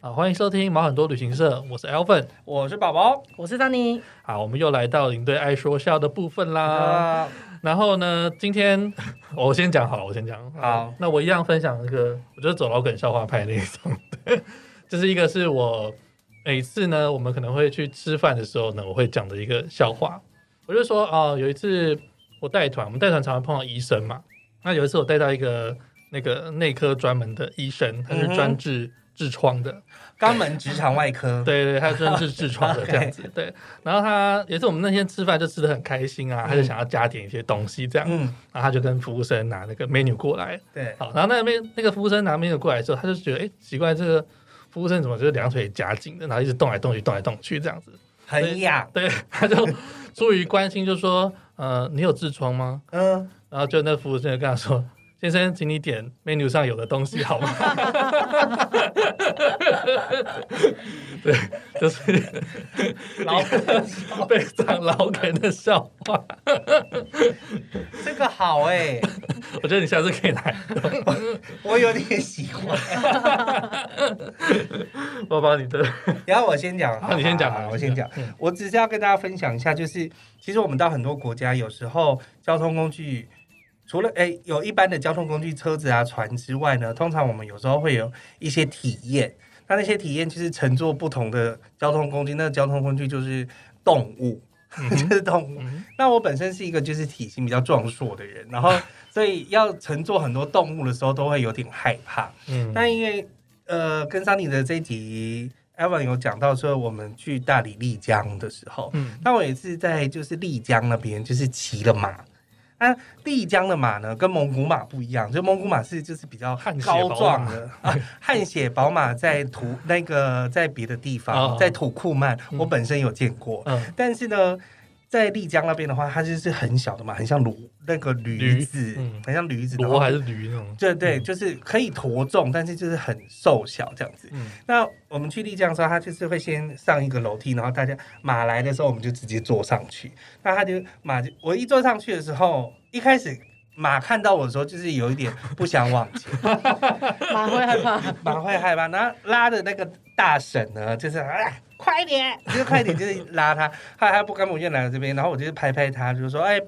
啊，欢迎收听毛很多旅行社，我是 Alvin。我是宝宝我是张妮，好，我们又来到领队爱说笑的部分啦。啊，然后呢，今天我先讲好了，我先讲。好，那我一样分享一个，我觉得走老梗笑话派那一种的，就是一个是我每次呢，我们可能会去吃饭的时候呢，我会讲的一个笑话。我就说哦，有一次我带团，我们带团常常碰到医生嘛。那有一次我带到一个那个内科专门的医生，他是嗯哼专治痔疮的。肛门直肠外科，对对，他专治痔疮的这样子。对，然后他也是我们那天吃饭就吃的很开心啊，他就想要加点一些东西这样，嗯，然后他就跟服务生拿那个 menu 过来。对，好，然后那边那个服务生拿 menu 过来的时候，他就觉得哎奇怪，这个服务生怎么就是两腿夹紧的，然后一直动来动去，动来动去这样子。很痒，对，他就出于关心就说，呃，你有痔疮吗？嗯，然后就那服务生就跟他说。先生，请你点 menu 上有的东西好吗？ 对， 就是老非常老梗的笑话，这个好哎，我觉得你下次可以来，我有点喜欢。包包你的， 然后我先讲，好你先讲好好我先讲嗯。我只是要跟大家分享一下，就是其实我们到很多国家，有时候交通工具除了哎有一般的交通工具车子啊、船之外呢，通常我们有时候会有一些体验。那那些体验就是乘坐不同的交通工具，那交通工具就是动物， 就是动物。嗯那我本身是一个就是体型比较壮硕的人，然后所以要乘坐很多动物的时候都会有点害怕。嗯那因为呃，跟桑尼的这一集 Evan 有讲到说，我们去大理丽江的时候，嗯那我也是在就是丽江那边就是骑了马。那丽江的马呢，跟蒙古马不一样，就蒙古马是就是比较汗血宝马高壮的啊，汗血宝马在土那个在别的地哦方，在土库曼，嗯我本身有见过，嗯但是呢，在丽江那边的话，它就是很小的嘛，很像驴那个驴驴子，嗯很像驴子，然骡后还是驴那种，对对，嗯就是可以驮重，但是就是很瘦小这样子。嗯那我们去丽江的时候，他就是会先上一个楼梯，然后大家马来的时候，我们就直接坐上去。那他就马就我一坐上去的时候，一开始马看到我的时候，就是有一点不想往前，马会害怕， 马会害怕，然后拉的那个大婶呢，就是啊，快点， 就是快点，就是拉他，他他不甘我愿来到这边，然后我就是拍拍他，就说，哎，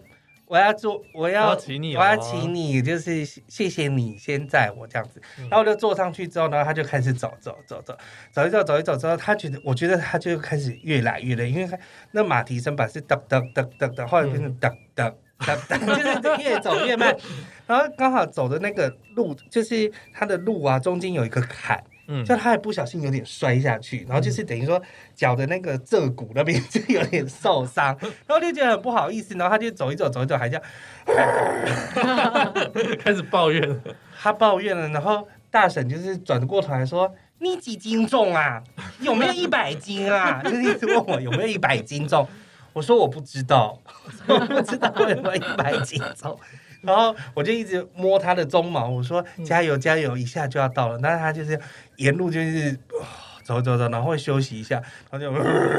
我要做，我我要要骑你哦我要骑你，就是谢谢你先载我这样子，嗯然后我就坐上去之后呢，他就开始走走走走走一走走一走之后，他觉得，我觉得他就开始越来越累，因为他那马蹄声本来是噔噔噔噔噔，后来变成噔噔噔噔，就是越走越慢，然后刚好走的那个路，就是它的路啊，中间有一个坎，嗯 就他还不小心有点摔下去，然后就是等于说脚的那个柘骨那边就有点受伤，然后就觉得很不好意思，然后他就走一走走一走，还这样开始抱怨了，他抱怨了，然后大婶就是转过头来说：“你几斤重啊？有没有一百斤啊？”就是一直问我有没有一百斤重。我说我不知道，我不知道有没有一百斤重。然后我就一直摸他的鬃毛，我说加油加油，一下就要到了。那他就是沿路就是、哦走走走，然后会休息一下，然后就、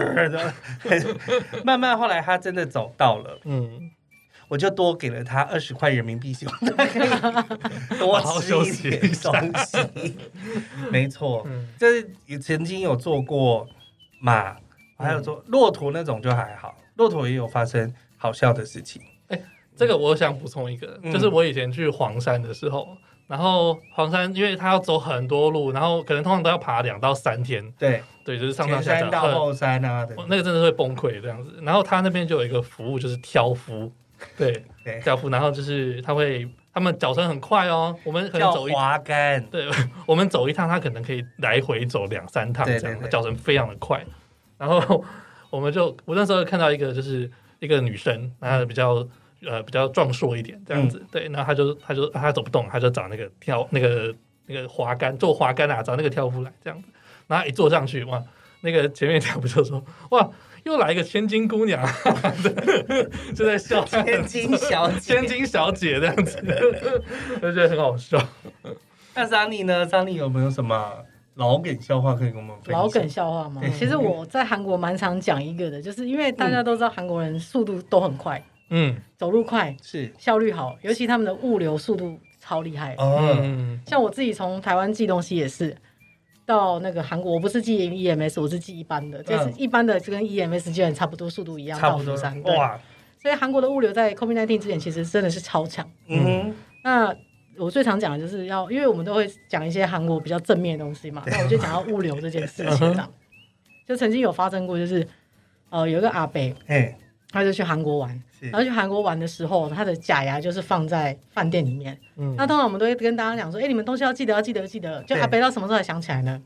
慢慢后来他真的走到了，嗯，我就多给了他二十块人民币，希望他 可以多好好吃休一息点一下东西。 没错，嗯就是也曾经有做过马，还有做骆驼那种就还好，骆驼也有发生好笑的事情。这个我想补充一个，嗯就是我以前去黄山的时候，然后黄山因为它要走很多路，然后可能通常都要爬两到三天，对，对，就是上上前下山下，到很后山啊，对那个真的会崩溃这样子。然后他那边就有一个服务，就是挑夫，对，对，挑夫，然后就是他会，他们脚程很快哦，我们可能叫走一滑竿，对， 我们走一趟，他可能可以来回走两三趟对这样，对对脚程非常的快。然后我们就，我那时候看到一个就是一个女生，然后比较呃比较壮硕一点这样子，嗯对，然后她就她就她走不动，她就找那个挑那个那个滑竿做滑竿啊，找那个挑夫来这样子，然后一坐上去哇，那个前面挑夫就说 哇。又来一个千金姑娘，啊 就在笑她 千金小 千姐。金小姐这样子， 我就觉得很好笑。那桑尼呢？桑尼有没有什么老梗笑话可以跟我们分享？老梗笑话吗对？其实我在韩国蛮常讲一个的，就是因为大家都知道韩国人速度都很快，嗯走路快，是，效率好，尤其他们的物流速度超厉害。嗯，嗯，像我自己从台湾寄东西也是，到那个韩国，我不是寄 EMS，我是寄一般的，就是一般的就跟 E EMS 基本差不多速度一样，嗯差到不多釜山。对，哇，所以韩国的物流在 COVID-19 之前其实真的是超强。嗯那我最常讲的就是要，因为我们都会讲一些韩国比较正面的东西嘛，那我就讲到物流这件事情 这样。就曾经有发生过，就是呃有一个阿伯，嗯哼，哎，他就去韩国玩，是然后去韩国玩的时候，他的假牙就是放在饭店里面。嗯那通常我们都会跟大家讲说，哎、你们东西要记得，要记得，要记得。就对阿伯到什么时候才想起来呢？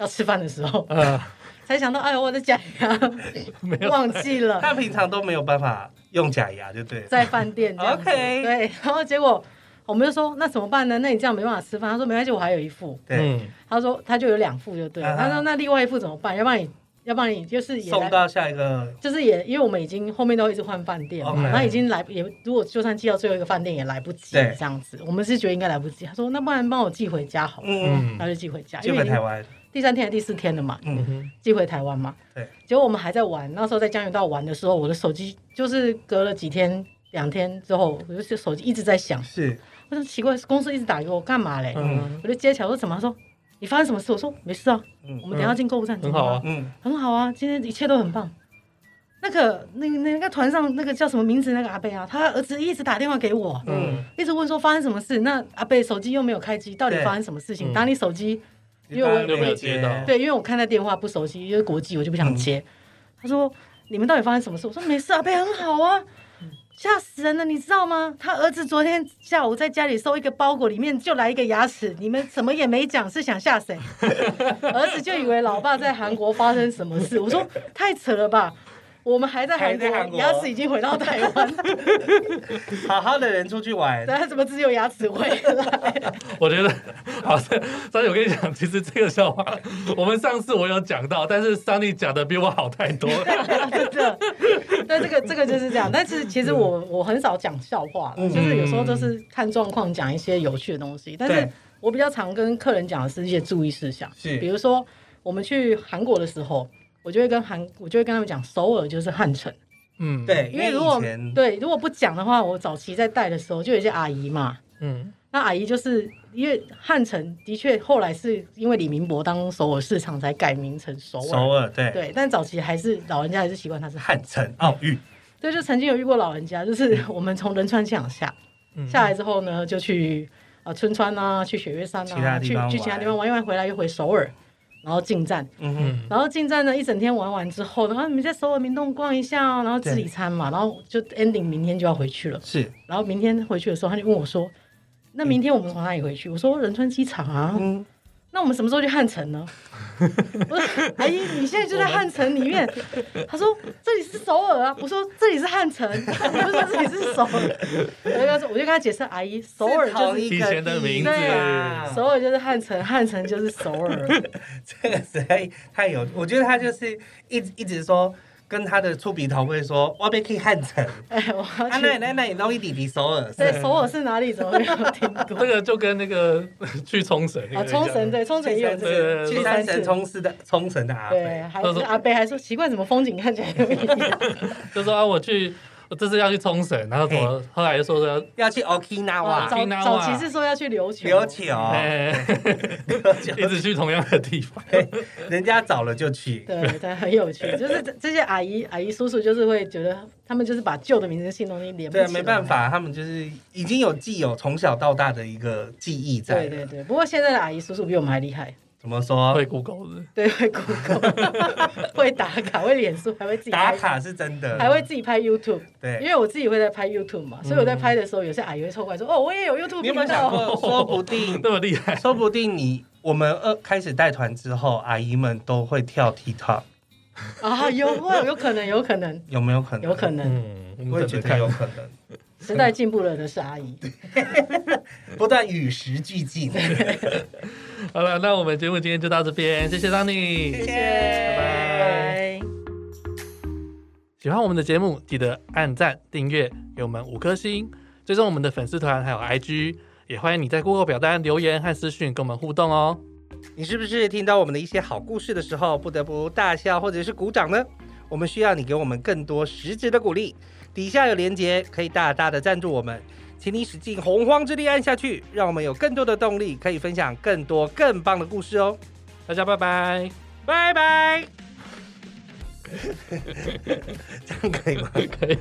要吃饭的时候啊，才想到，哎呦，我的假牙 没有忘记 了。他平常都没有办法用假牙，对不对？在饭店这 样子 OK 对，然后结果我们就说那怎么办呢？那你这样没办法吃饭。他说没关系，我还有一副。对，嗯他说他就有两副就对了。啊哈他说那另外一副怎么办？要不然你，要不然你就是也送来，到下一个，就是也因为我们已经后面都一直换饭店嘛， OK 那已经来也如果就算寄到最后一个饭店也来不及对这样子，我们是觉得应该来不及。他说那不然帮我寄回家好了，嗯，嗯然后就寄回家，就因为回已台经湾，第三天还是第四天了嘛，嗯嗯，哼寄回台湾嘛。对，结果我们还在玩，那时候在江原道玩的时候，我的手机就是隔了几天、两天之后，我就是手机一直在响，是，我说奇怪，公司一直打给我干嘛嘞？嗯我就接起来，我说怎么？他说你发生什么事？我说没事啊，我嗯们等一下进购物站，嗯怎么了很好啊嗯，很好啊，今天一切都很棒。那个、那个、那个团上那个叫什么名字？那个阿贝啊，他儿子一直打电话给我，嗯一直问说发生什么事。那阿贝手机又没有开机，到底对发生什么事情？嗯打你手机因为我我又没有接到对，因为我看他电话不熟悉，因为国际我就不嗯想接。他说：“你们到底发生什么事？”我说：“没事，阿贝很好啊。”吓死人了，你知道吗？他儿子昨天下午在家里收一个包裹，里面就来一个牙齿，你们什么也没讲，是想吓谁？ 儿子就以为老爸在韩国发生什么事。我说太扯了吧，我们还在韩还在韩国国，牙齿已经回到台湾， 好好的人出去玩，但他怎么只有牙齿回来？我觉得好，所以我跟你讲，其实这个笑话，我们上次我有讲到，但是桑尼讲的比我好太多了。真的， 对这个这个就是这样。但是其实我我很少讲笑话啦，嗯就是有时候都是看状况讲一些有趣的东西。但是对我比较常跟客人讲的是一些注意事项，是比如说我们去韩国的时候，我就会跟韩我就会跟他们讲，首尔就是汉城，嗯，，对，因为如果以前对如果不讲的话，我早期在带的时候就有一些阿姨嘛，嗯那阿姨就是因为汉城的确后来是因为李明博当首尔市场才改名成首首尔。尔对对，但早期还是老人家还是习惯它是汉。汉城奥运，对，就曾经有遇过老人家，嗯就是 我们从仁川机场下嗯下来之后呢，就去啊春川啊，去雪月山其他啊，地去方去玩其他地方玩一玩，回来又回首尔，然后进站，嗯哼，嗯然后进站呢一整天玩完之后，然后你们在首尔明洞逛一下、哦，然后自理餐嘛，然后就 ending 明天就要回去了，是，然后明天回去的时候，他就问我说：“那明天我们从哪里回去？”我说：“仁川机场啊。嗯，那我们什么时候去汉城呢？我说：“阿姨，你现在就在汉城里面。”他说：“这里是首尔啊。”我说：“这里是汉城。” 我说：“这里是首尔。”我就跟他说，我就跟他解释，阿姨，首尔就同是一个啊以前的名字地方 啊首尔就是汉城，汉城就是首尔。这个实在太有，我觉得他就是一直一直说。跟他的触鼻头会说，我被去汉城，哎，我要啊那去。那那你弄一弟弟首尔，对，首尔是哪里？怎么没有听过？这个就跟那个去冲绳那哦啊，个冲绳对，冲绳也有这个对去三神冲绳的冲绳的阿对，北，啊还有阿北还说奇怪，怎么风景看起来有一点就说啊，我去，我这次要去冲绳，然后怎哎么后来又说说，要去 Okinawa 哦早 Okinawa 早期是说要去琉球，琉球，哎，一直去同样的地方，人家找了就去，对对，很有趣。就是这这些阿姨、阿姨、叔叔，就是会觉得他们就是把旧的名字、新东西连不对，啊起来没办。法，他们就是已经有既有从小到大的一个记忆在对了。对对，不过现在的阿姨叔叔比我们还厉害，怎么说？会 Google 的，对，会 Google，会打卡，会脸书，还会自己打拍，卡是真的，还会自己拍 YouTube。因对。嗯为我自己会在拍 YouTube 嘛，所以我在拍的时候，有些阿姨会凑过来说：“哦，我也有 YouTube 你有没有频想道。过，说不定， 那么厉害，说不定你我们二开始带团之后，阿姨们都会跳 TikTok，” 啊，有有有可能，有可能，有没有可能？有可能，嗯，我我也们觉等着得看有。可能，时代进步了的是阿姨。不但与时俱进。好了，那我们节目今天就到这边，谢谢 Sunny， 谢谢拜拜。喜欢我们的节目，记得按赞、订阅，给我们五颗星，追踪我们的粉丝团还有 IG，也欢迎你在 Google 表单留言和私讯跟我们互动哦。你是不是听到我们的一些好故事的时候，不得不大笑或者是鼓掌呢？我们需要你给我们更多实质的鼓励。底下有连结，可以大大的赞助我们，请你使尽洪荒之力按下去，让我们有更多的动力，可以分享更多更棒的故事哦。大家拜拜。拜拜。这样可以吗？可以。